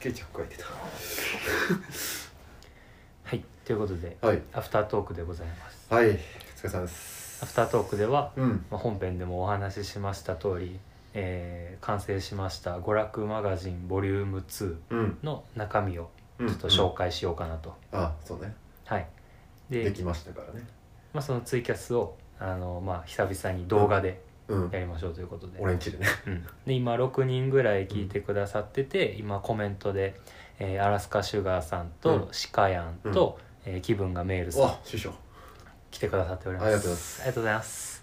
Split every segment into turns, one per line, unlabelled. ケチャップ書いて
はいということで
たはい
アフタートークでございます
はいお疲れ様です
アフタートークでは、
うん
まあ、本編でもお話ししました通り、えー完成しました娯楽マガジンボリューム2
うん
の中身を
ちょ
ちょっと紹介しようかなと、
あそうね
はい
で
で
きましたからね
まあ、そのツイキャスをあの、まあ、久々に動画で
うん
やりましょうということで,、
俺んちでね
うん、で今6人ぐらい聞いてくださってて、今コメントで、えーアラスカシュガーさんと、
うん
シカヤンと、えー気分がメールさん
わ師匠
来てくださっております
ありがとうございます
ありがとうございます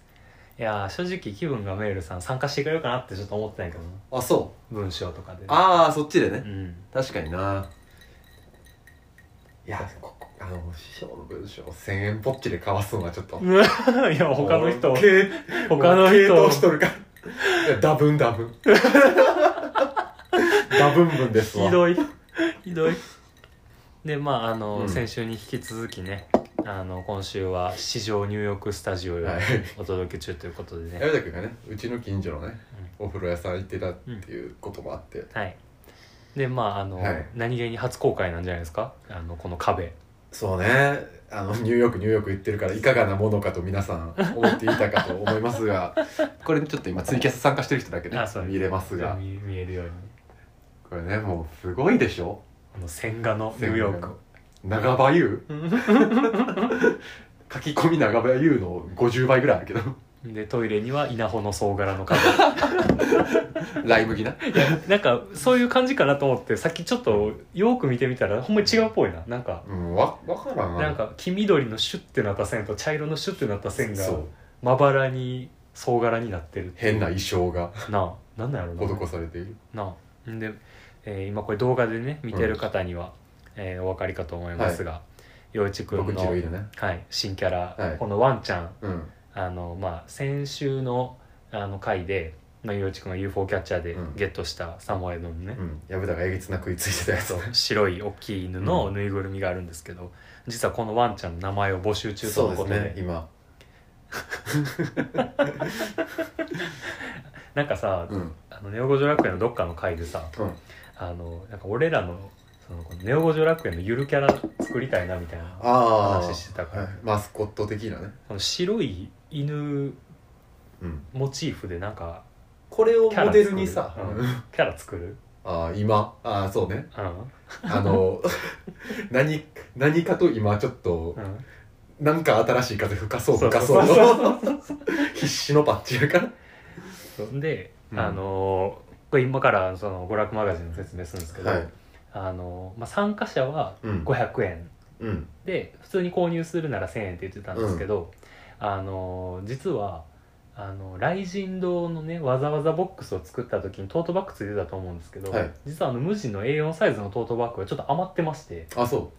いやー正直気分がメールさん参加してくれるかなってちょっと思ってないけどな
あそう
文章とかで
ああそっちでね
うん
確かにないやここあの師匠の文章1000円ぽっちでかわすのはちょっと
うわいや他の人
系
他の
系統し
人
とるからいやダブンダブ ンダブンブンですわ
ひどいひどいでまああの、
うん
先週に引き続きねあの今週は市場ニューヨークスタジオより
はい
お届け中ということでね、
矢部田君がねうちの近所のね、お風呂屋さん行ってたっていうこともあって、
はいでまああの、
はい
何気に初公開なんじゃないですかあのこの壁
そうねあのニューヨークニューヨーク行ってるからいかがなものかと皆さん思っていたかと思いますが これちょっと今ツイキャス参加してる人だけね
あそう
見れますが
見見えるように
これねもうすごいでしょ
あの千賀のニューヨーク
長場 優書き込み長場優の50倍ぐらいあるけど
でトイレには稲穂の総柄 の壁
ライ麦ない
やなんかそういう感じかなと思ってさっきちょっとよく見てみたらほんまに違うっぽいななんか、
うんわわからん
なんか黄緑のシュッてなった線と茶色のシュッてなった線が
そう
まばらに総柄になってる
変な衣装が
なあなんなんやろな
施されている
なあんで、えー今これ動画でね見てる方には、えーお分かりかと思いますが、陽一く
僕
ん
ん
の
ちの家でね
はい、新キャラ、
はい
このワンちゃん
うん
あの、まあ、先週のあの回でまあ陽一くんが UFO キャッチャーで
うん
ゲットしたサモエドのね、
うん薮田がえげつな食いついてたやつ
そう白い大きい犬のぬいぐるみがあるんですけど、実はこのワンちゃんの名前を募集中とのことで
今
なんかさ、
うんうん
あのネオゴジョ楽園のどっかの回でさあのなんか俺らのそのこのネオゴジョ楽園のゆるキャラ作りたいなみたいな
ああ
話してたから
マスコット的なね
この白い犬
うん
モチーフでなんか
これを
キャラ
モ
作
デ
る
ルにさ
うんキャラ作る、
ああ今ああそうね
うん
あの 何何かと今ちょっと
うん、
なんか新しい風吹かそう吹かそう
そうそう
の必死のパッチやから
そうで、
うん
あのこれ今からその娯楽マガジンの説明するんですけど、
はい
あのまあ、参加者は
うん
500円
うん
で普通に購入するなら1000円って言ってたんですけど、あの実はあの雷神堂のねわざわざボックスを作った時にトートバッグついてたと思うんですけど、
はい
実はあの無地の A4 サイズのトートバッグがちょっと余ってまして
あそ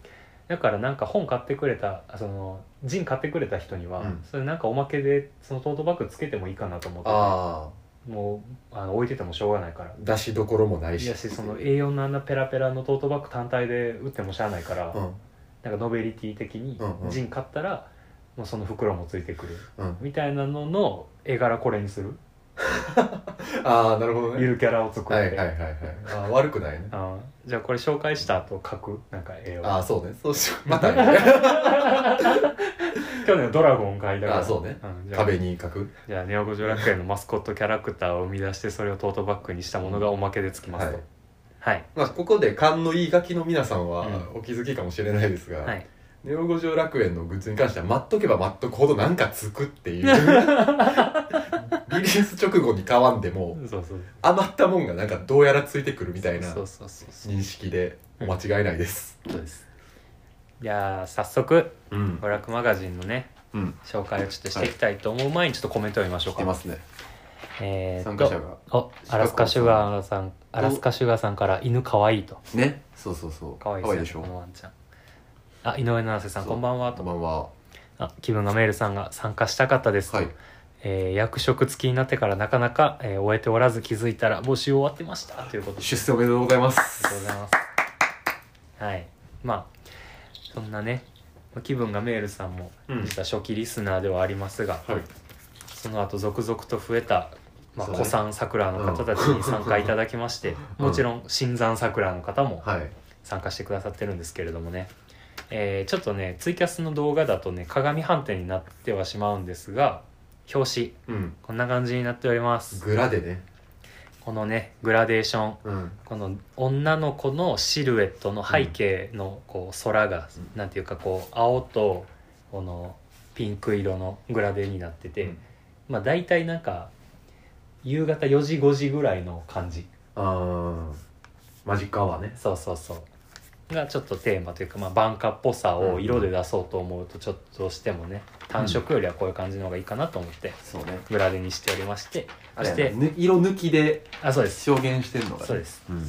だからなんか本買ってくれたあそのジン買ってくれた人には、
うん
それなんかおまけでそのトートバッグつけてもいいかなと思
う
って
ああ
もうあの置いててもしょうがないから。
出しどころもない
い
し
やしその A4 のあんなペラペラのトートバッグ単体で売ってもしゃあないから、
うん
なんかノベリティ的に
うんうん
陣買ったらもうその袋もついてくる
うん
みたいなのの絵柄これにする
ああなるほど
ゆ
ね
るキャラを作って、
はいはいはいはいああ悪くないね
あーじゃあこれ紹介した後描くなんか絵を
ああそうねそうしようまたね
去年のドラゴン描いたから
あそうね
んじゃあ
壁に書く
じゃあネオ五条楽園のマスコットキャラクターを生み出してそれをトートバッグにしたものがおまけでつきますと
はい
はい
まあ、ここで勘のいいガキの皆さんは
う
お気づきかもしれないですが、
はい
ネオ五条楽園のグッズに関しては待っとけば待っとくほどなんかつくっていうリリース直後に買わんでも
そうそう
余ったもんがなんかどうやらついてくるみたいな
そうそうそうそう
認識でお間違いないです。
そうですじゃあ早速
うん
娯楽マガジンのね
うん、
紹介をちょっとしていきたいと思う前にちょっとコメントを見ましょう
来
か、
てますね
えーっと
参加者が
おアラスカシュガーさんアラスカシュガーさんから犬かわいいと
ねそうそうそう
かわいい
可愛い
で
ですし
ね
ょ
このワンちゃんあ井上七瀬さん
そう
こんばんは
ことんばんは
あ気分がメールさんが参加したかったですと、
はい
えー役職付きになってからなかなか、えー終えておらず気づいたら募集終わってましたということで
出世おめでとうございま
ありがとうご
す
ざいますはいまあそんなね気分がメールさんも
うん
実は初期リスナーではありますが、
はい
その後続々と増えたまあ、
そうだね
古参桜の方たちに参加いただきまして、
うん
もちろん新山桜の方も
はい
参加してくださってるんですけれどもね、えーちょっとねツイキャスの動画だとね鏡判定になってはしまうんですが表紙
うん
こんな感じになっております
グラでね
このねグラデーション
うん
この女の子のシルエットの背景のこう空が、
う
なんていうかこう青とこのピンク色のグラデーになってて、
うん
まあ大体なんか夕方4時5時ぐらいの感じ
あーマジックアワーね
そうそうそうがちょっとテーマというか、まあ、晩夏っぽさを色で出そうと思うとちょっとどうしてもね単色よりはこういう感じの方がいいかなと思って
そうね
グラデにしておりまして
あ
そして
れぬ色抜きで
あそうです
表現してるのがね
そうです
うん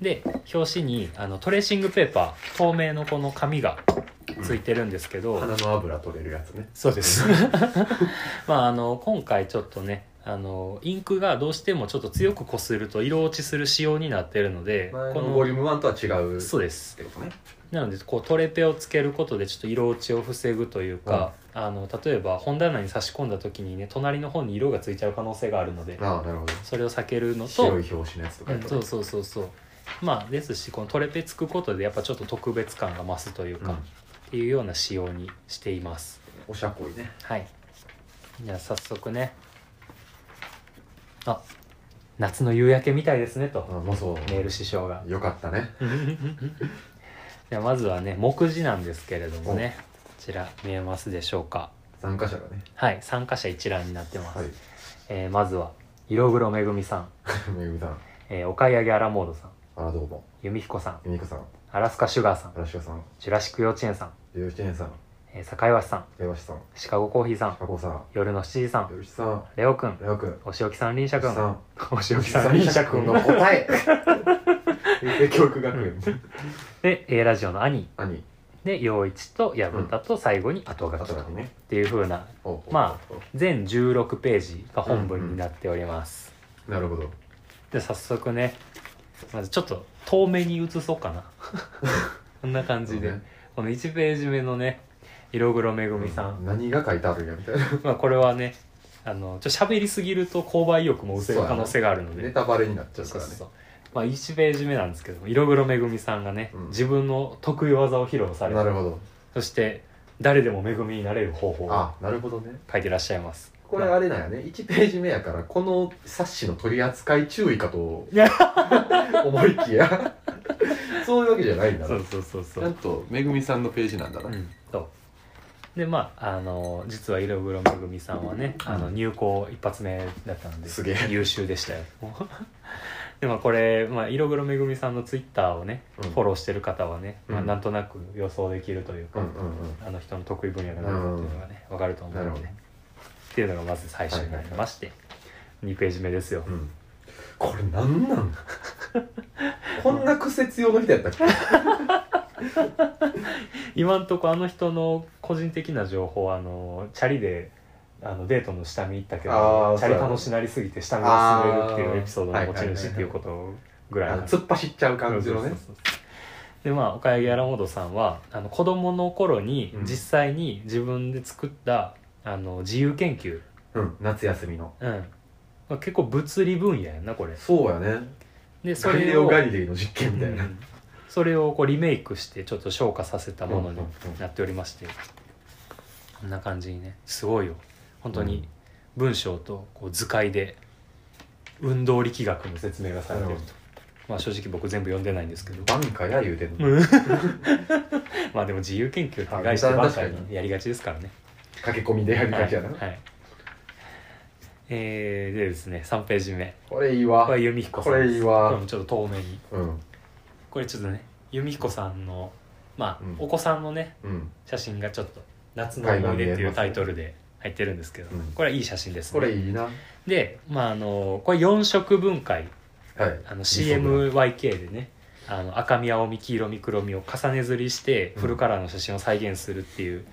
で表紙にあのトレーシングペーパー透明のこの紙がついてるんですけど、
鼻の油取れるやつね
そうです まああの今回ちょっとねあのインクがどうしてもちょっと強くこすると色落ちする仕様になってるので
前
こ
のボリューム1とは違う
そうです
ってことね
なのでこうトレペをつけることでちょっと色落ちを防ぐというか、あの例えば本棚に差し込んだ時にね隣の方に色がついちゃう可能性があるので
ああなるほど
それを避けるのと
白い表紙のやつとか
う
や
ん
っ、ぱ
そうそうそうそうまあですしこのトレペつくことでやっぱちょっと特別感が増すというか、
うん
っていうような仕様にしています
おしゃこいね
はいじゃあ早速ねあ夏の夕焼けみたいですね
あ
と
もうそう
メール師匠 が
よかったね
じゃあまずはね目次なんですけれどもねこちら見えますでしょうか
参加者がね
はい参加者一覧になってます、
はい
えーまずは色黒めぐみさん、
めぐみさん
えーお買い上げアラモードさん
あらどうも
弓彦さん
ゆみこさん
アラスカシュガーさん
嵐さん
ジュラシック幼稚園さん、
ゆうちえんさん
えー、坂岩さん
出橋さん
シカゴコーヒーさん
かこさん
夜の7時さん
よしさん
レオくん
レオくん
おしおきさんりんしゃくん
さん
おしおきさんりん
林
し
社
ゃく
君
ん
の
の
答 えで教育学園
で A ラジオの兄
兄
で陽一と薮田と最後に後書
あ
き
と
と
だ
っ
ね
ていう風な
おお
ま
お
全16ページが本文になっております、
おなるほど
で早速ねまずちょっと遠目に映そうか なこんな感じで、
そうね
この1ページ目のね色黒めぐみさん、
何が書いてあるんやみたいな
まあ、これはねあのちょっと喋りすぎると購買意欲も薄れる可能性があるので
ネタバレになっちゃう
そ
か
う
ら
そう
ね
そうまあ1ページ目なんですけども色黒めぐみさんがね、
うん
自分の得意技を披露され
な
て
るほど
そして誰でもめぐみになれる方法を
あなるほどね
書いてらっしゃ います
これあれなんやね1ページ目やからこの冊子の取り扱い注意かと思いき やそういうわけじゃないんだ
そ
な
うそうそうそ
ち
う
ゃんとめぐみさんのページなんだな
うん、そうでまああの実は色黒めぐみさんはね、
うん
あの入校一発目だったのです
げえ
優秀でしたよ でもこれ、まあ、色黒めぐみさんのツイッターをね、
うん
フォローしてる方はね、まあ、
うん
なんとなく予想できるという
う
か、
んうんうん
あの人の得意分野が何かっていうのがね、わかると思う
なる
の
ほ
で、
ど
ね、っていうのがまず最初になりまして、2ページ目ですよ、
うんこれなんなんこんな癖強の人やったっけ
今んとこあの人の個人的な情報はあのチャリであのデートの下見行ったけ
あ
ど
ー
チャリ楽しなりすぎて下見が滑るっていうエピソードの持ち主っていうことぐらい
あ
なん
の
で す
突っ走っちゃう感じの
そ
ね
うそうそうでまあおかやぎアラモードさんはあの子供の頃に
うん
実際に自分で作った、あの自由研究、
うん夏休みの
うんまあ、結構物理分野やんなこれ
そうやね
でそ
ガリ
れ
レ
を
オ・ガリレイの実験みたいな、
うんそれをこうリメイクしてちょっと昇華させたものになっておりましてこんな感じにねすごいよ本当
うん
に文章とこう図解で運動力学の説明がされてると
なるほ
まあ正直僕全部読んでないんですけど
バンカや言うてんの、
うんまあでも自由研究って概して
あ
ばっ
確
か
かに
りにやりがちですからね
駆け込みでやりがちやな、
はいえーでですね3ページ目
これいいわ
これ弓彦さん
これ
です
いいわ
これもちょっと透明に
うん
これちょっとね由美子さんのまあ、
うん
お子さんのね
うん
写真がちょっと「夏の思い出」っていうタイトルで入ってるんですけど、
うん
これはいい写真です、
こ
ね、
れいいなは
でまああのこれ4色分解
い
あの CMYK でねあの赤み青み黄色み黒みを重ね刷りして
うん
フルカラーの写真を再現するっていう、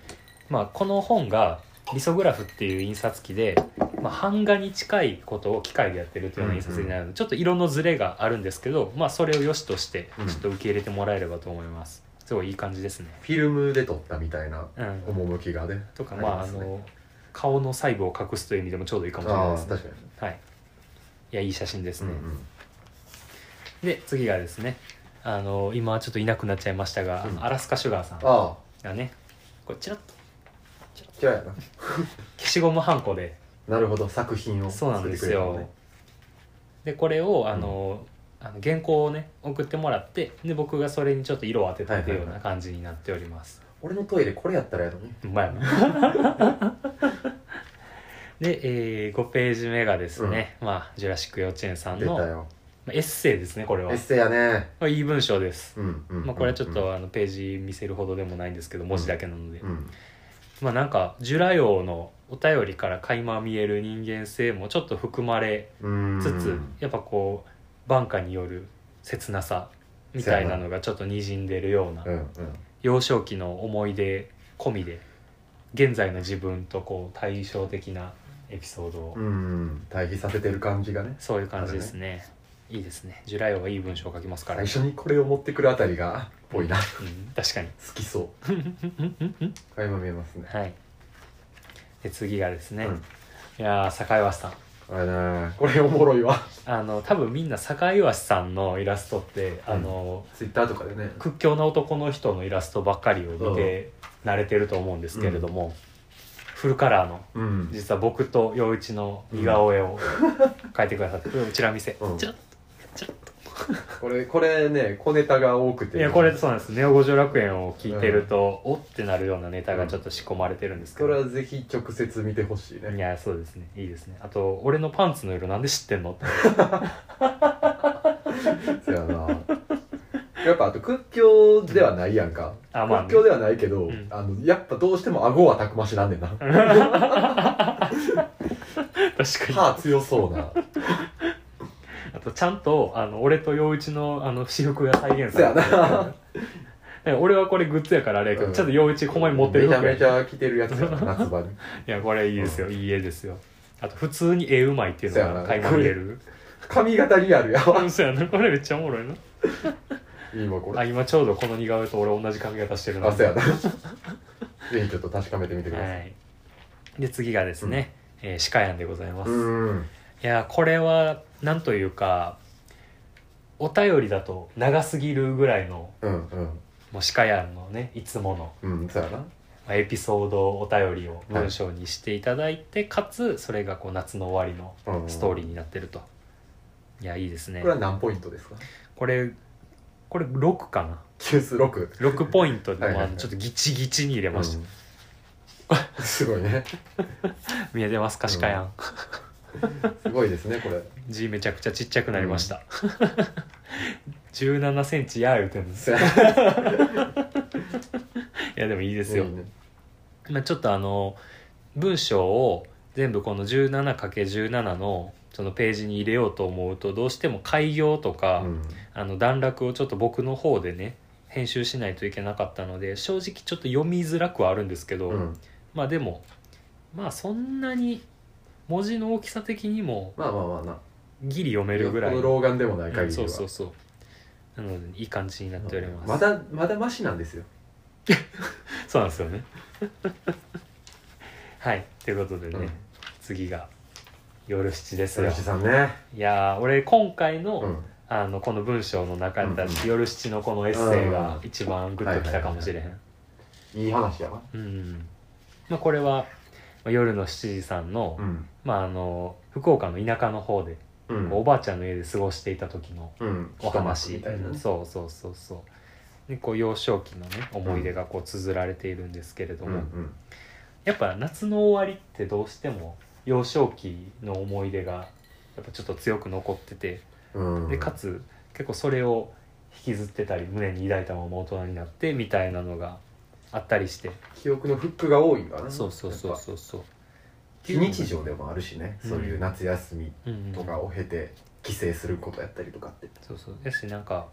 まあこの本がリソグラフっていう印刷機で、まあ、版画に近いことを機械でやってるというような印刷になるので、ちょっと色のズレがあるんですけど、まあ、それを良しとして
うん
ちょっと受け入れてもらえればと思います、すごいいい感じですね、
フィルムで撮ったみたいな
うん、
趣がね
とか
あり
まああ
ますね
の顔の細部を隠すという意味でもちょうどいいかもしれない
あ
で
あ
すね
確かに
はい、いやいい写真です
うん
ね、
うん
で次がですねあの今ちょっといなくなっちゃいましたが、
うん
アラスカシュガーさん
あ
がねこれちらっと
あ嫌いやな
消しゴムはんこで
なるほど作品を
そうなんです
作っ
よでこれをあの、あの原稿をね送ってもらってで僕がそれにちょっと色を当てたっていうよう
はいはいは
ない感じになっております、
てくれるのね俺のトイレこれやったらやのね
うまいな で、え5ページ目がですね、まあ、ジュラシック幼稚園さん
出
の
た
ま
よ
あエッセイですねこれは
エッセイやね
まあいい文章です、
うんうんうん
まあ、これはちょっとあのページ見せるほどでもないんですけど文字だけなので、
うん
まあなんかジュラ王のお便りから垣間見える人間性もちょっと含まれ
うん
つつ、やっぱこう晩夏による切なさみたいなのがちょっとにじんでるような
うんうん
幼少期の思い出込みで現在の自分とこう対照的なエピソードを、
うん対比させてる感じがね
そういう感じですねいいですねジュラ王はいい文章を書きますから、
最初にこれを持ってくるあたりがぽいな好
うん、確かに
きそう垣間見えますね
はいで次がですね、
うん
いやー坂岩さん
あれねこれおもろいわ
あの多分みんな坂岩さんのイラストってあの、
ツイッターとかでね
屈強な男の人のイラストばっかりを見て慣れてると思うんですけれども、フルカラーの
うん
実は僕と陽一の似顔絵を描いてくださって、これうちら見せ、
うん
ちらっ
これこれね小ネタが多く
と
て
いやこれそうなんです「ネオ五条楽園」を聞いてると、おってなるようなネタがちょっと仕込まれてるんですけ
それ
ど、
はぜひ直接見てほしい
い
ね
やそうですねいいですねあと俺のパンツの色なんで知ってんのって
そやなやっぱあと屈強ではないやんか
あまあね
屈強ではないけど、
うん
あのやっぱどうしても顎はたくましなんねんな
確かに
歯強そうな
あとちゃんとあの俺と陽一のあの私服が再現
そ
さ
や
れてる
な
え俺はこれグッズやからあれやけど、
うん
ちょっと陽一こまに持ってる
めち
服や
ゃめちゃ着てるやつやな夏場に
いやこれいいですよ、いい絵ですよあと普通に絵うまいっていうの
そうや
が
な
垣間見える
髪型リアルやわ
うんそうやなこれめっちゃおもろいない
いわこれ
あ今ちょうどこの似顔絵と俺同じ髪型してるな
あそ やなぜひちょっと確かめてみてください、
はいで次がですね、えー、鹿やんでございます、
う
い
ーん
やこれはなんというかお便りだと長すぎるぐらいの
うんうん
もう鹿やんのねいつもの
うんそやな
まあエピソードお便りを文章にしていただいて、かつそれがこう夏の終わりの
うん
ストーリーになってると、いやいいですね
これは何ポイントですか
これこれ6かな
キュース6
6ポイントで も
はいはいはい
あのちょっとギチギチに入れました、
うん すごいね
見えてますかしかやん、
すごいですねこれ
字めちゃくちゃちっちゃくなりました、1 7センチや言うてるんです
そ や
いやでもいいですよ、
いいね
まあ、ちょっとあの文章を全部この 17×17 のそのページに入れようと思うとどうしても開業とか、
うん
あの段落をちょっと僕の方でね編集しないといけなかったので正直ちょっと読みづらくはあるんですけど、
うん
まあでもまあそんなに文字の大きさ的にも
まあまあまあな
ギリ読めるぐらい
よっぽど老眼でもない限りは、
うんそうそうそうなのでいい感じになっております、
まだまだマシなんですよ
そうなんですよね はいということでね、
うん
次が夜七です
鶴
よ
吉さんね
いやー俺今回の、
うん
あのこの文章の中だっ
うん
た夜七のこのエッセイが一番グッときたかもしれへん
いい話やわ
うんまあ、これはまあ夜の7時さんの,、
うん
まあ、あの福岡の田舎の方で、
う
こうおばあちゃんの家で過ごしていた時の
うん
お話
一幕みたいな
うん
ね
そうそうそうそうでこう幼少期のね思い出がこう綴られているんですけれど
うん
も、
うん
やっぱ夏の終わりってどうしても幼少期の思い出がやっぱちょっと強く残ってて
うん
でかつ結構それを引きずってたり胸に抱いたまま大人になってみたいなのがあったりして
記憶のフックが多いんだな
そうそうそう
やっぱ
そうそう
非日常でもあるしね、
うん
そういう夏休み
うんうん
とかを経て帰省することやったりとかって
そうそうだしなんか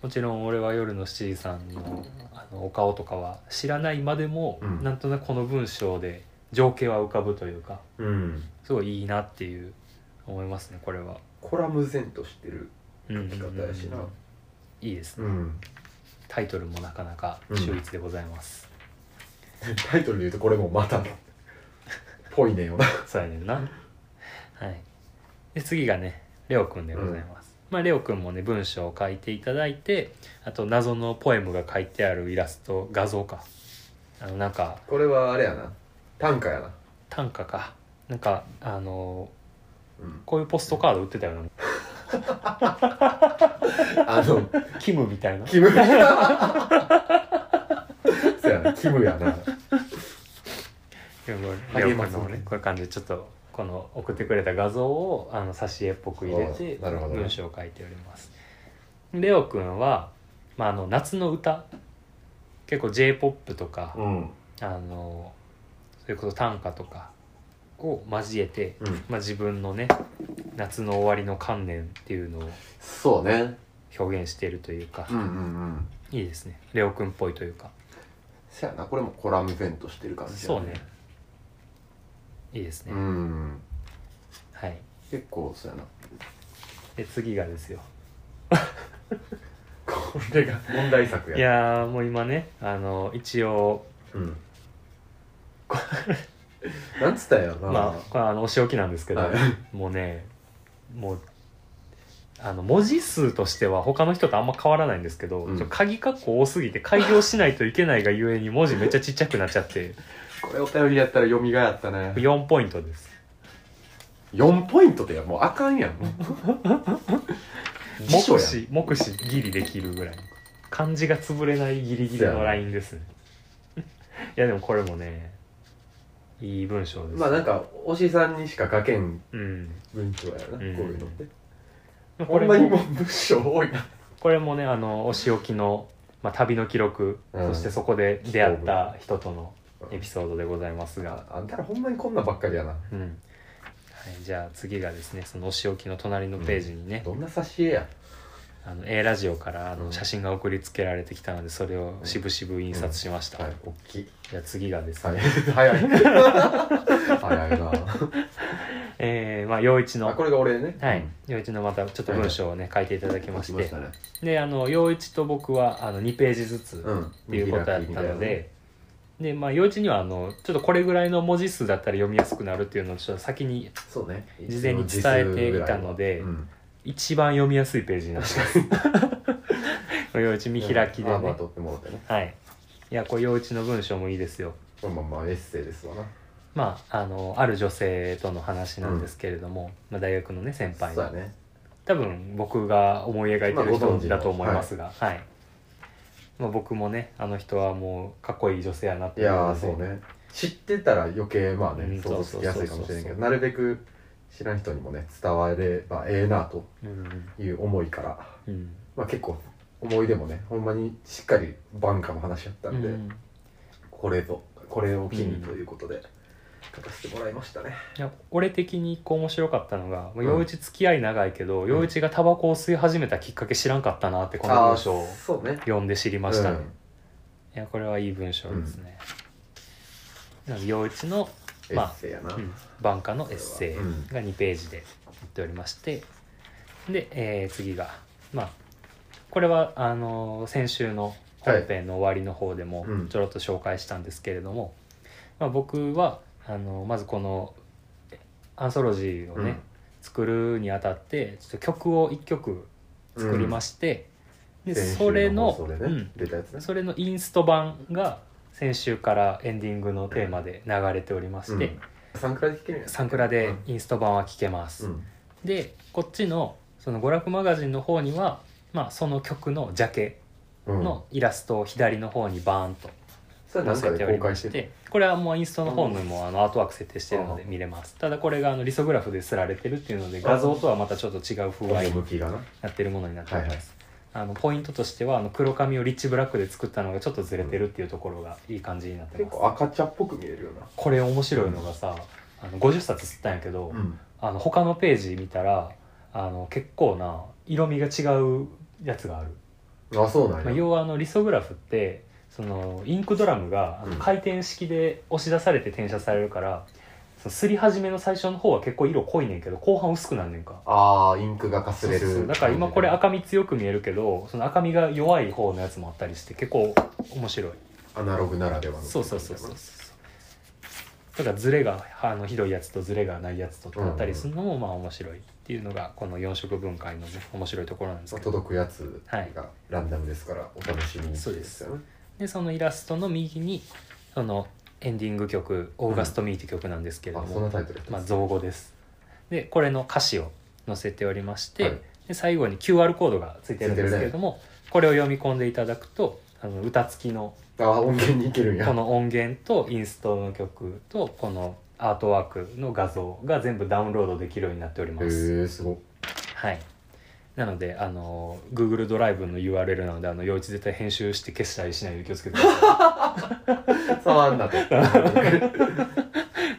もちろん俺は夜の7時さんのあのお顔とかは知らないまでも、
うん
なんとなくこの文章で情景は浮かぶというか
うん
すごいいいなっていう思いますねこれは。
コラム然としてる
うんうん
書き方やしな
うんいいですね、
ん
タイトルもなかなか秀逸でございます、
タイトルで言うとこれもまただぽいねんよな
そうやねんなはいで次がねレオくんでございます、まあ、レオくんもね文章を書いていただいてあと謎のポエムが書いてあるイラスト画像かあのなんか
これはあれやな短歌やな
短歌かなんかあの
うん
こういうポストカード売ってたよね
あの
キムみたいな
キムそうやなキムやな
でも
あ
レ
りえ
オく
ま
ん
す
のもねこういう感じでちょっとこの送ってくれた画像をあの挿絵っぽく入れて
おうなるほどね
文章を書いておりますレオくんは、まあ、あの夏の歌結構 j p o p とか、
うん
あのそれこそ短歌とかを交えて、
うん
まあ、自分のね夏の終わりの観念っていうのを
そうね
表現しているというか
う、んうんうん
いいですねレオくんっぽいというか
そうやなこれもコラムイベントしてる感じや
そうねいいですね、
うん
はい
結構そうやな
で次がですよ
これが問題作や
いやーもう今ねあの一応
うんこれなんつったんやろな、
まあこれはあのお仕置きなんですけど、
はい
もうねもうあの文字数としては他の人とあんま変わらないんですけど、
うん
ちょ鍵括弧多すぎて改行しないといけないがゆえに文字めっちゃちっちゃくなっち ゃって
これお便りやったら読みがやったね
4ポイントです
4ポイントでやもうあかんやん 辞
目
書やん
視目視ギリできるぐらい漢字が潰れないギリギリのラインですね いやでもこれもねいい文章です、
まあなんかおしさんにしか書けん
うん
文章やな、こういうのって
こ
ほ
れ
んまに
も
もう文章多いな
これもねあのお仕置きの、まあ、旅の記録、
うん
そしてそこで出会った人とのエピソードでございますが、
ああんたらほんまにこんなんばっかりやな
うんはい、じゃあ次がですねそのお仕置きの隣のページにね、
どんな挿絵や
あの A ラジオからあ
う
の
ん
写真が送りつけられてきたのでそれをしぶしぶ印刷しました、
はいおっきい
じゃあ次がですね、
はい早 い早いな
えーまあ陽一の
あこれが俺ね
はい、陽一のまたちょっと文章をね、書いていただき
うん
ま
来
し
ま
て
したね
であの陽一と僕はあの2ページずつ、
うんっ
っていうことだったので、でまあ幼稚にはあのちょっとこれぐらいの文字数だったら読みやすくなるっていうのをちょっと先に
そうね
事前に伝えていたので
うん
一番読みやすいページになって ます。幼稚見開きで
まあまあ
ね。
取ってもらってね
はい。いやこれ幼稚の文章もいいですよ。
これまあまあエッセイですわな
まああのある女性との話なんですけれども、まあ大学のね先輩
そう
の
やね
多分僕が思い描いてる
まあご存
人
知の
だと思いますが、はい。まあ僕もねあの人はもうかっこいい女性やなって
い
いう
や
の
ー
で
そうね知ってたら余計まあね
うん
想像つきやすいかもしれんけ
そうそうそう
ど
そう
なるべく知らん人にもね伝わればええなと
うん
いう思いから
うん。
まあ結構思い出もねほんまにしっかり晩夏の話やったんで、
うん
これぞこれを機にということで書かせてもらいましたね、
いや俺的に一個面白かったのが、まあ
うん
陽一付き合い長いけど、陽一がタバコを吸い始めたきっかけ知らんかったなってこの
ああ
文章を
そうね
読んで知りましたね、
うん
いやこれはいい文章ですね、なので陽一の、
エ
まあ
ッセイやな、
うん、晩夏のエッセイが2ページで載っておりましてで、えー次がまあこれはあのー先週の本編の終わりの方でも
うん
ちょろっと紹介したんですけれども、まあ、僕はあのまずこのアンソロジーをね、
うん
作るにあたってちょっと曲を1曲作りまして、で
先週
それの
放送でね
うん
出たやつね
それのインスト版が先週からエンディングのテーマで流れておりまして、
うんサンクラで弾けるんや
サンクラでインスト版は聴けま
う
す、
ん
でこっちのその娯楽マガジンの方には、まあ、その曲のジャケ
うん
のイラストを左の方にバーンと
それ
載
何
せ
回
て
で
お
公
りま
開
し
して
て
る
これはもうインストの方にもあのアートワーク設定してるので見れますただこれがあのリソグラフですられてるっていうので画像とはまたちょっと違う風合いに
向きがな
なってるものになっております、あのポイントとしてはあの黒髪をリッチブラックで作ったのがちょっとずれてるっていうところがいい感じになって
結
ます
構赤茶っぽく見えるよな
これ面白いのがさあの50冊吸ったんやけど、
うん
あの他のページ見たらあの結構な色味が違うやつがある、
あそうなん
まあ、
や
要はあのリソグラフってそのインクドラムがあの
うん
回転式で押し出されて転写されるから、そのすり始めの最初の方は結構色濃いねんけど後半薄くなんねんか
ああインクがかすれ
そうそうそう
る
だから今これ赤み強く見えるけどその赤みが弱い方のやつもあったりして結構面白い
アナログならではの
そうそうそうそうそうだからズレがあのひどいやつとズレがないやつとってあったりするのもまあ面白いっていうのがこの4色分解のね面白いところなんですけど
届くやつがランダムですからお楽しみに
そうです
よね
でそのイラストの右にそのエンディング曲「オーガスト・ミー」って曲なんですけれど
あそん
も、
なタイトルだった
まあ、
んです
造語ですでこれの歌詞を載せておりまして、
はい
で最後に QR コードがついてるんですけれども、これを読み込んでいただくとあの歌付きの
あ音源にいけるんや
この音源とインストの曲とこのアートワークの画像が全部ダウンロードできるようになっておりま
へえ
す。
すごい
はいなのであの Google ドライブの URL なのであの陽一絶対編集して消したりしないで気をつけてください。
触んな と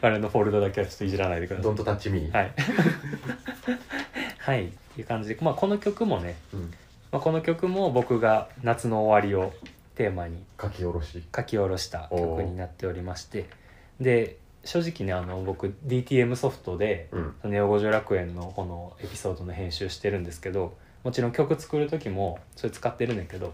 あれのフォルダだけはちょっといじらないでくださ
ド
い。
ントタッチミー、
はい。はい。っていう感じで、まあ、この曲もね、
うん、
まあ、この曲も僕が夏の終わりをテーマに
書き下ろし
書き下ろした曲になっておりまして、で、正直ね、あの、僕、DTM ソフトで、
うん
ネオ五条楽園のこのエピソードの編集してるんですけど、もちろん曲作る時もそれ使ってるんだけど、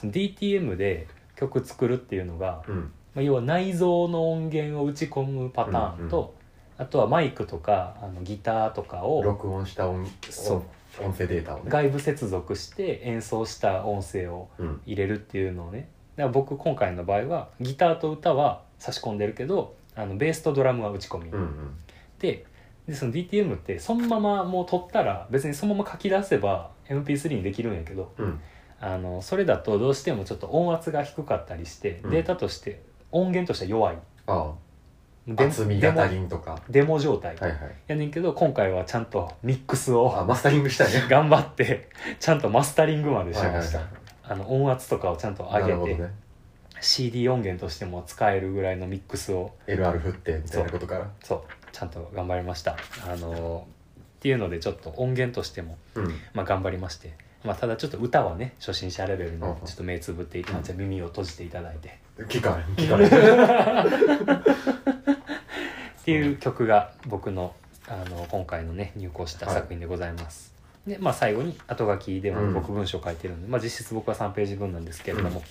その DTM で曲作るっていうのが、
うん
まあ、要は内蔵の音源を打ち込むパターンと、
うんう
あとはマイクとかあのギターとかを
録音した音
そう
音声データをね
外部接続して演奏した音声を
うん
入れるっていうのをねだから僕今回の場合はギターと歌は差し込んでるけどあのベースとドラムは打ち込み、
うんうん
ででその DTM ってそのままもう取ったら別にそのまま書き出せば MP3 にできるんやけど
うん
あのそれだとどうしてもちょっと音圧が低かったりして、
うん
データとして音源としては弱い
ああ
で
厚み
デ
が
モ
足りんとか
デモ状態、
はいはい
やねんけど今回はちゃんとミックス
あ
を
マスタリングしたいね
頑張ってちゃんとマスタリングまでし
はいはい
ま
はい
した、あの音圧とかをちゃんと
なる
上
ほ
げ
ど
て、
ね
CD 音源としても使えるぐらいのミックスを
LR 振ってみたいなことから
そうちゃんと頑張りましたあのっていうのでちょっと音源としても、
うん
まあ、頑張りまして、まあ、ただちょっと歌はね初心者レベルの
うん
ちょっと目つぶっていたので耳を閉じていただいて
聞かない聞かない
っていう曲が僕のあの今回のね入稿した作品でございます。でまあ最後に後書きで
う
も
ん
僕文章書いてるんで、まあ実質僕は3ページ分なんですけれども、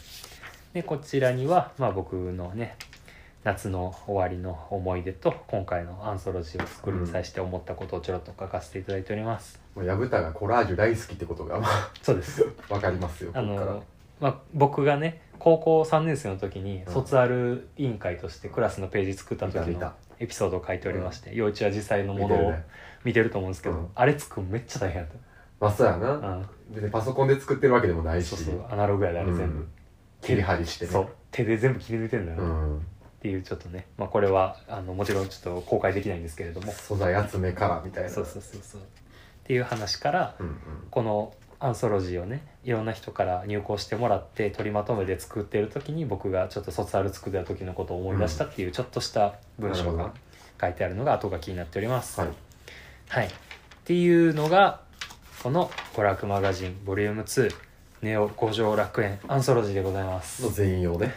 でこちらにはまあ僕のね夏の終わりの思い出と今回のアンソロジーを作るに際して思ったことをちょろっと書かせていただいております。
もう薮田がコラージュ大好きってことがまあ
そうです。
わかりますよこ
あ
っから
のまあ僕がね高校3年生の時に
うん
卒アル委員会としてクラスのページ作った時
見た見
の
た
エピソードを書いておりまして、陽一は実際の
見
も
て
の
る
を
ね
見てると思うんですけど、
うん
あれ作るのめっちゃ大変やった、
まあそうやな
うん、
別にパソコンで作ってるわけでもないし
そうそうアナログやであれ全部、
うん切り張りしてね
そう手で全部切り抜いてんだよ、
うん
っていうちょっとね、まあ、これはあのもちろんちょっと公開できないんですけれども
素材集めからみたいな
そうそうそうそうっていう話から
うんうん
このアンソロジーをねいろんな人から入稿してもらって取りまとめて作ってる時に僕がちょっと卒アル作ってた時のことを思い出したっていうちょっとした文章
なる
が
ほど
書いてあるのが後書きになっております。
はい
はい、っていうのがこの「娯楽マガジンボリューム2ネオ五条楽園アンソロジー」でございます
の全容ね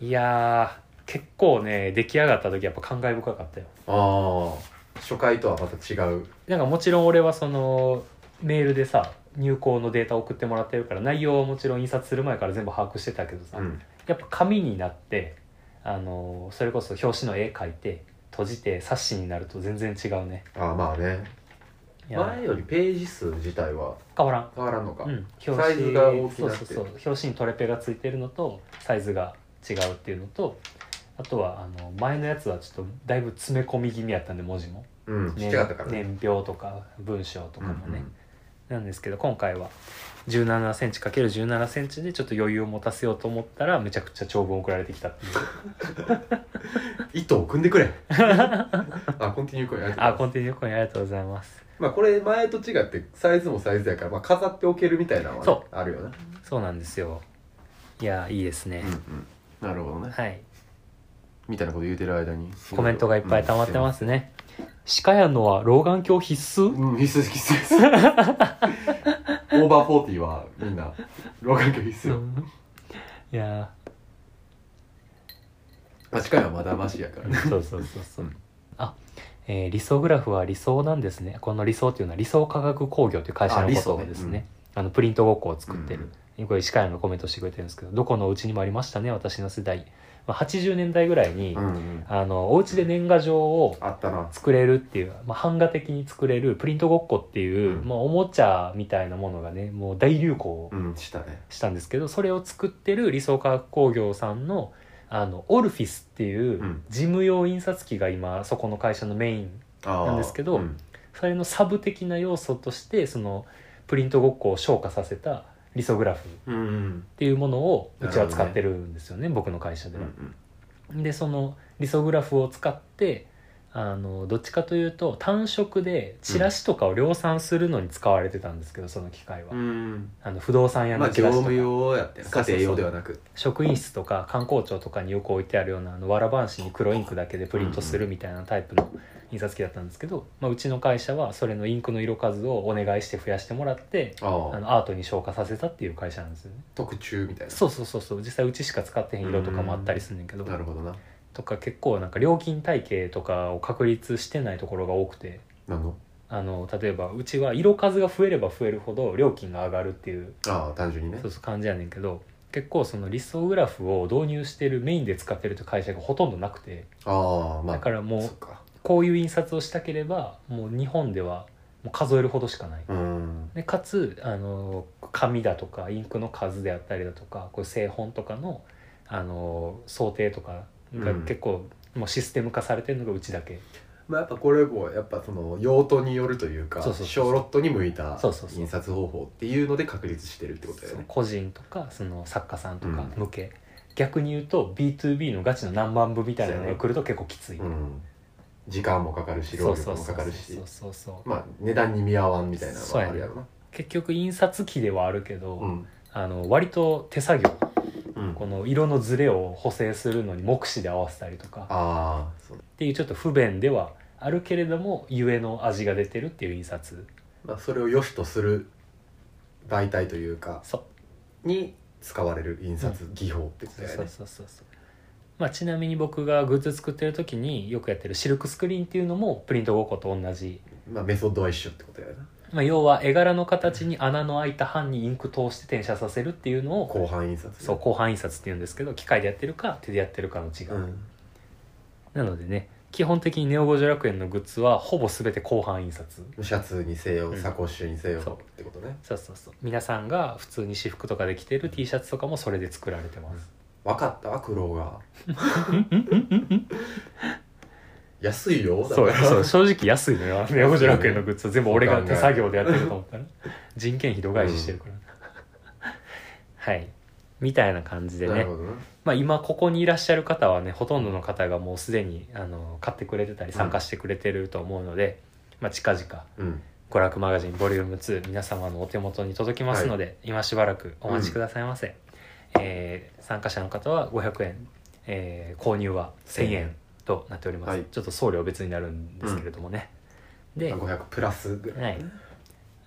いやー結構ね出来上がった時やっぱ感慨深かったよ
ああ初回とはまた違う
なんかもちろん俺はそのメールでさ入稿のデータ送ってもらってるから内容はもちろん印刷する前から全部把握してたけどさ、
うん
やっぱ紙になってあのーそれこそ表紙の絵描いて閉じて冊子になると全然違うね
ああまあね
いや
前よりページ数自体は
変わらん
変わらんのか、
うん、表
サイズが大き
そう
なっ
そ
て
うそう表紙にトレペがついてるのとサイズが違うっていうのとあとはあの前のやつはちょっとだいぶ詰め込み気味やったんで文字も、
うんちっ
年
ちゃかったからね
年表とか文章とかもね、
うんうん
なんですけど今回は1 7センチ ×17 センチでちょっと余裕を持たせようと思ったらめちゃくちゃ長文送られてきたっていう
糸を組んで くれあコンティニューコインありがとうございます
あコンティニューコインありがとうございます
まあこれ前と違ってサイズもサイズやから、まあ、飾っておけるみたいなのは、ね、
そ
あるよね
そうなんですよいやいいですね、
んなるほどね
はい
みたいなこと言うてる間に、
コメントがいっぱい溜まってますすね。鹿やのは老眼鏡必須
うん、必須です必須 ですオーバーフォーティーはみんな老眼鏡必須よ、
いや
まあ近いはまだマシやからね
ーそうそうそうそう
うん。
あ、えー理想グラフは理想なんですね。この理想っていうのは理想科学工業という会社の
あ
こ
理
と
想
を
ね
ですね。あのプリントごっこを作って
う
る
ん
これ石川のコメントしてくれてるんですけどどこのお家にもありましたね私の世代、まあ、80年代ぐらいに、
うんうん、
あのお家で年賀状を
あったな
作れるっていう、まあ、版画的に作れるプリントごっこっていう、
うん
まあ、おもちゃみたいなものがねもう大流行
うんしたね
したんですけどそれを作ってる理想科学工業さんのあのオルフィスっていう
うん
事務用印刷機が今そこの会社のメイン
あー
なんですけど
うん
それのサブ的な要素としてそのプリントごっこを昇華させたリソグラフっ
うんうん
ていうものをうちは
なるほどね
使ってるんですよね僕の会社
う
では。
ん
でそのリソグラフを使ってあのどっちかというと単色でチラシとかを量産するのに使われてたんですけどその機械は、
うん
あの不動産屋
まあ
のチ
業
ラシとか、
務用やってな
そうそう
家庭
そう
用ではなく
職員室とか観光庁とかによく置いてあるようなあのわらばんしに黒インクだけでプリントするみたいなタイプの印刷機だったんですけど、まあ、うちの会社はそれのインクの色数をお願いして増やしてもらって
あ
あ
あ
のアートに昇華させたっていう会社なんですよね
特注みたい
そうそうそうそう実際うちしか使ってへん色とかもあったりするんだけど
ななるほどな
とか結構なんか料金体系とかを確立してないところが多くて
なの
あの例えばうちは色数が増えれば増えるほど料金が上がるっていう
ああ単純にね
そうそう感じやねんけど結構その理想グラフを導入してるメインで使ってるという会社がほとんどなくて
ああまあ
だからも
そうっか
こういう印刷をしたければもう日本ではもう数えるほどしかない。
うん
でかつあの紙だとかインクの数であったりだとかこういう製本とかのあの想定とかが
うん
結構、もうシステム化されてるのがうちだけ
まあやっぱこれもやっぱその用途によるというか
そうそうそう
小ロットに向いた
そうそうそう
印刷方法っていうので確立してるってことだよ
そう
ね
個人とかその作家さんとか
うん
向け、逆に言うと B2B のガチの何万部みたいなのが来ると結構きつい、
うん時間もかかるし
そ
労
う
力
そう
も
そ
か
う
か
そう
るし
そうそう
まあ値段に見合わんみたいなのはあるやろな
結局印刷機ではあるけど、
うん
あの割と手作業
うん
この色のズレを補正するのに目視で合わせたりとか
ああそう
っていうちょっと不便ではあるけれどもゆえの味が出てるっていう印刷
まあそれを良しとする媒体というか
そう
に使われる印刷技法ってこと
そう
だよ
そう
ね
そうそうそうまあ、ちなみに僕がグッズ作ってる時によくやってるシルクスクリーンっていうのもプリントごっこと同じ、
まあメソッドは一緒ってことだよな
まあ、要は絵柄の形に穴の開いた版にインク通して転写させるっていうのを
後半印刷ね
そう広範印刷っていうんですけど機械でやってるか手でやってるかの違い、
うん
なのでね基本的にネオ五条楽園のグッズはほぼ全て後半印刷
シャツにせよ
うん
サコッシュにせよ
そう
ってことね
そうそうそう皆さんが普通に私服とかで着てる T シャツとかもそれで作られてます
分かった苦労 が安いよだか
そう
ら
そう正直安いのよネオ五条楽園のグッズは全部俺が手作業でやってると思ったら人件費度外視してるから、はいみたいな感じで
な
ね
るほどね
まあ、今ここにいらっしゃる方はねほとんどの方がもうすでにあの買ってくれてたり参加してくれてると思うので、まあ、近々
うん
娯楽マガジンボリューム2皆様のお手元に届きますので、今しばらくお待ちくださいませ、えー参加者の方は500円、えー購入は1000円となっております、
はい
ちょっと送料別になるんですけれどもね、で
500プラスぐらい、
はい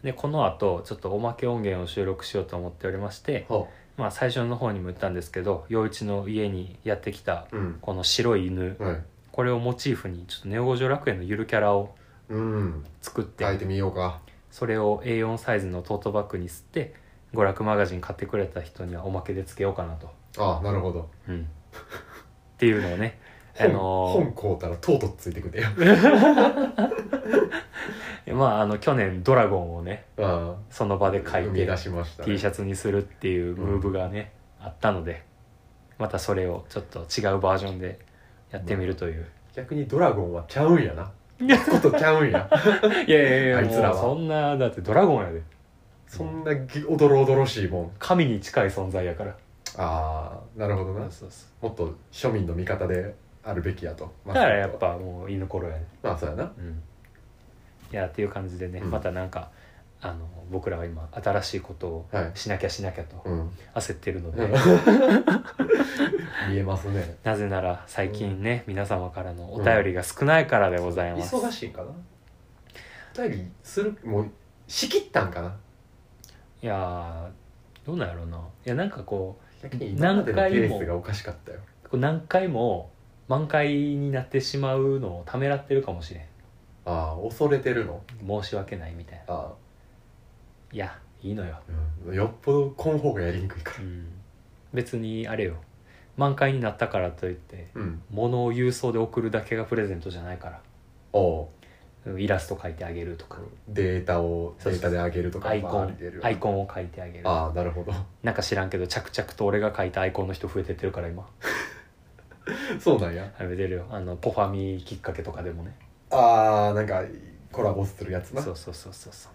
でこの後ちょっとおまけ音源を収録しようと思っておりまして、
ほ
まあ、最初の方にも言ったんですけど陽一の家にやってきた
ううん
この白い犬
はい
これをモチーフにちょっとネオ五条楽園のゆるキャラを
うん
作って、
書いてみようか
それを A4 サイズのトートバッグに吸って娯楽マガジン買ってくれた人にはおまけでつけようかなと、
ああなるほど
うんっていうのを ね、あ
本,、
の
本買うたらとうとうついてく るよ
ーまああの去年ドラゴンをね
あ
その場
あ
で書い
生み
て
出しました、
T シ
ャ
ャツにするっていうムーブがね、あったのでまたそれをちょっと違うバージョンでやってみるという、
逆にドラゴンはちゃうんや なことちゃうんや
いやいやいや
あいつらは
もうそんなだってドラゴンやで
そんなぎおどろおどろしいもん
神に近い存在やから
ああなるほどな
そうそう
もっと庶民の味方であるべきやと
だからやっぱもう犬頃やで、
まあそうやな
うん、いやっていう感じでね、
うん
またなんかあの僕らは今新しいことを
はい
しなきゃしなきゃと
うん
焦ってるので、
見えますね
なぜなら最近ね、皆様からのお便りが少ないからでございます、
忙しいんかな頼りするもう仕切ったんかない
やーどうなんやろうないやなんかこ
逆に今までのペ
何回も
ースがおかしかったよ
うこう何回も満開になってしまうのをためらってるかもしれん
ああ恐れてるの
申し訳ないみたいな
あ
いやいいのよ、
うんよっぽどこの方がやりにくいか
うん、別にあれよ満開になったからといって
らうん
物を郵送で送るだけがプレゼントじゃないから
おう
うんイラスト描いてあげるとか
データをデータで上げるとか
アイコ
まああ
ン
りえる
アイコンを描いてあげる
ああなるほど
なんか知らんけど着々と俺が描いたアイコンの人増えてってるから 今
そうなんや
あれ出るよあのポファミきっかけとかでもね
ああなんかコラボするやつな
そうそうそうそうそう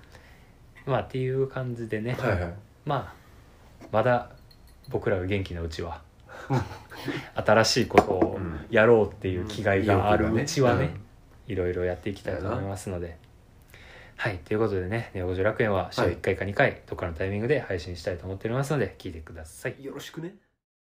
まあっていう感じでね、
はいはい
まあまだ僕らが元気なうちは新しいことを
うん
やろうっていう気概があるうちはね、
ん
いろいろやっていきたいと思いますので。はい、ということでね「ネオ五条楽園」は週
はい
1回か2回、どっかのタイミングで配信したいと思っておりますので聞いてください。
よろしくね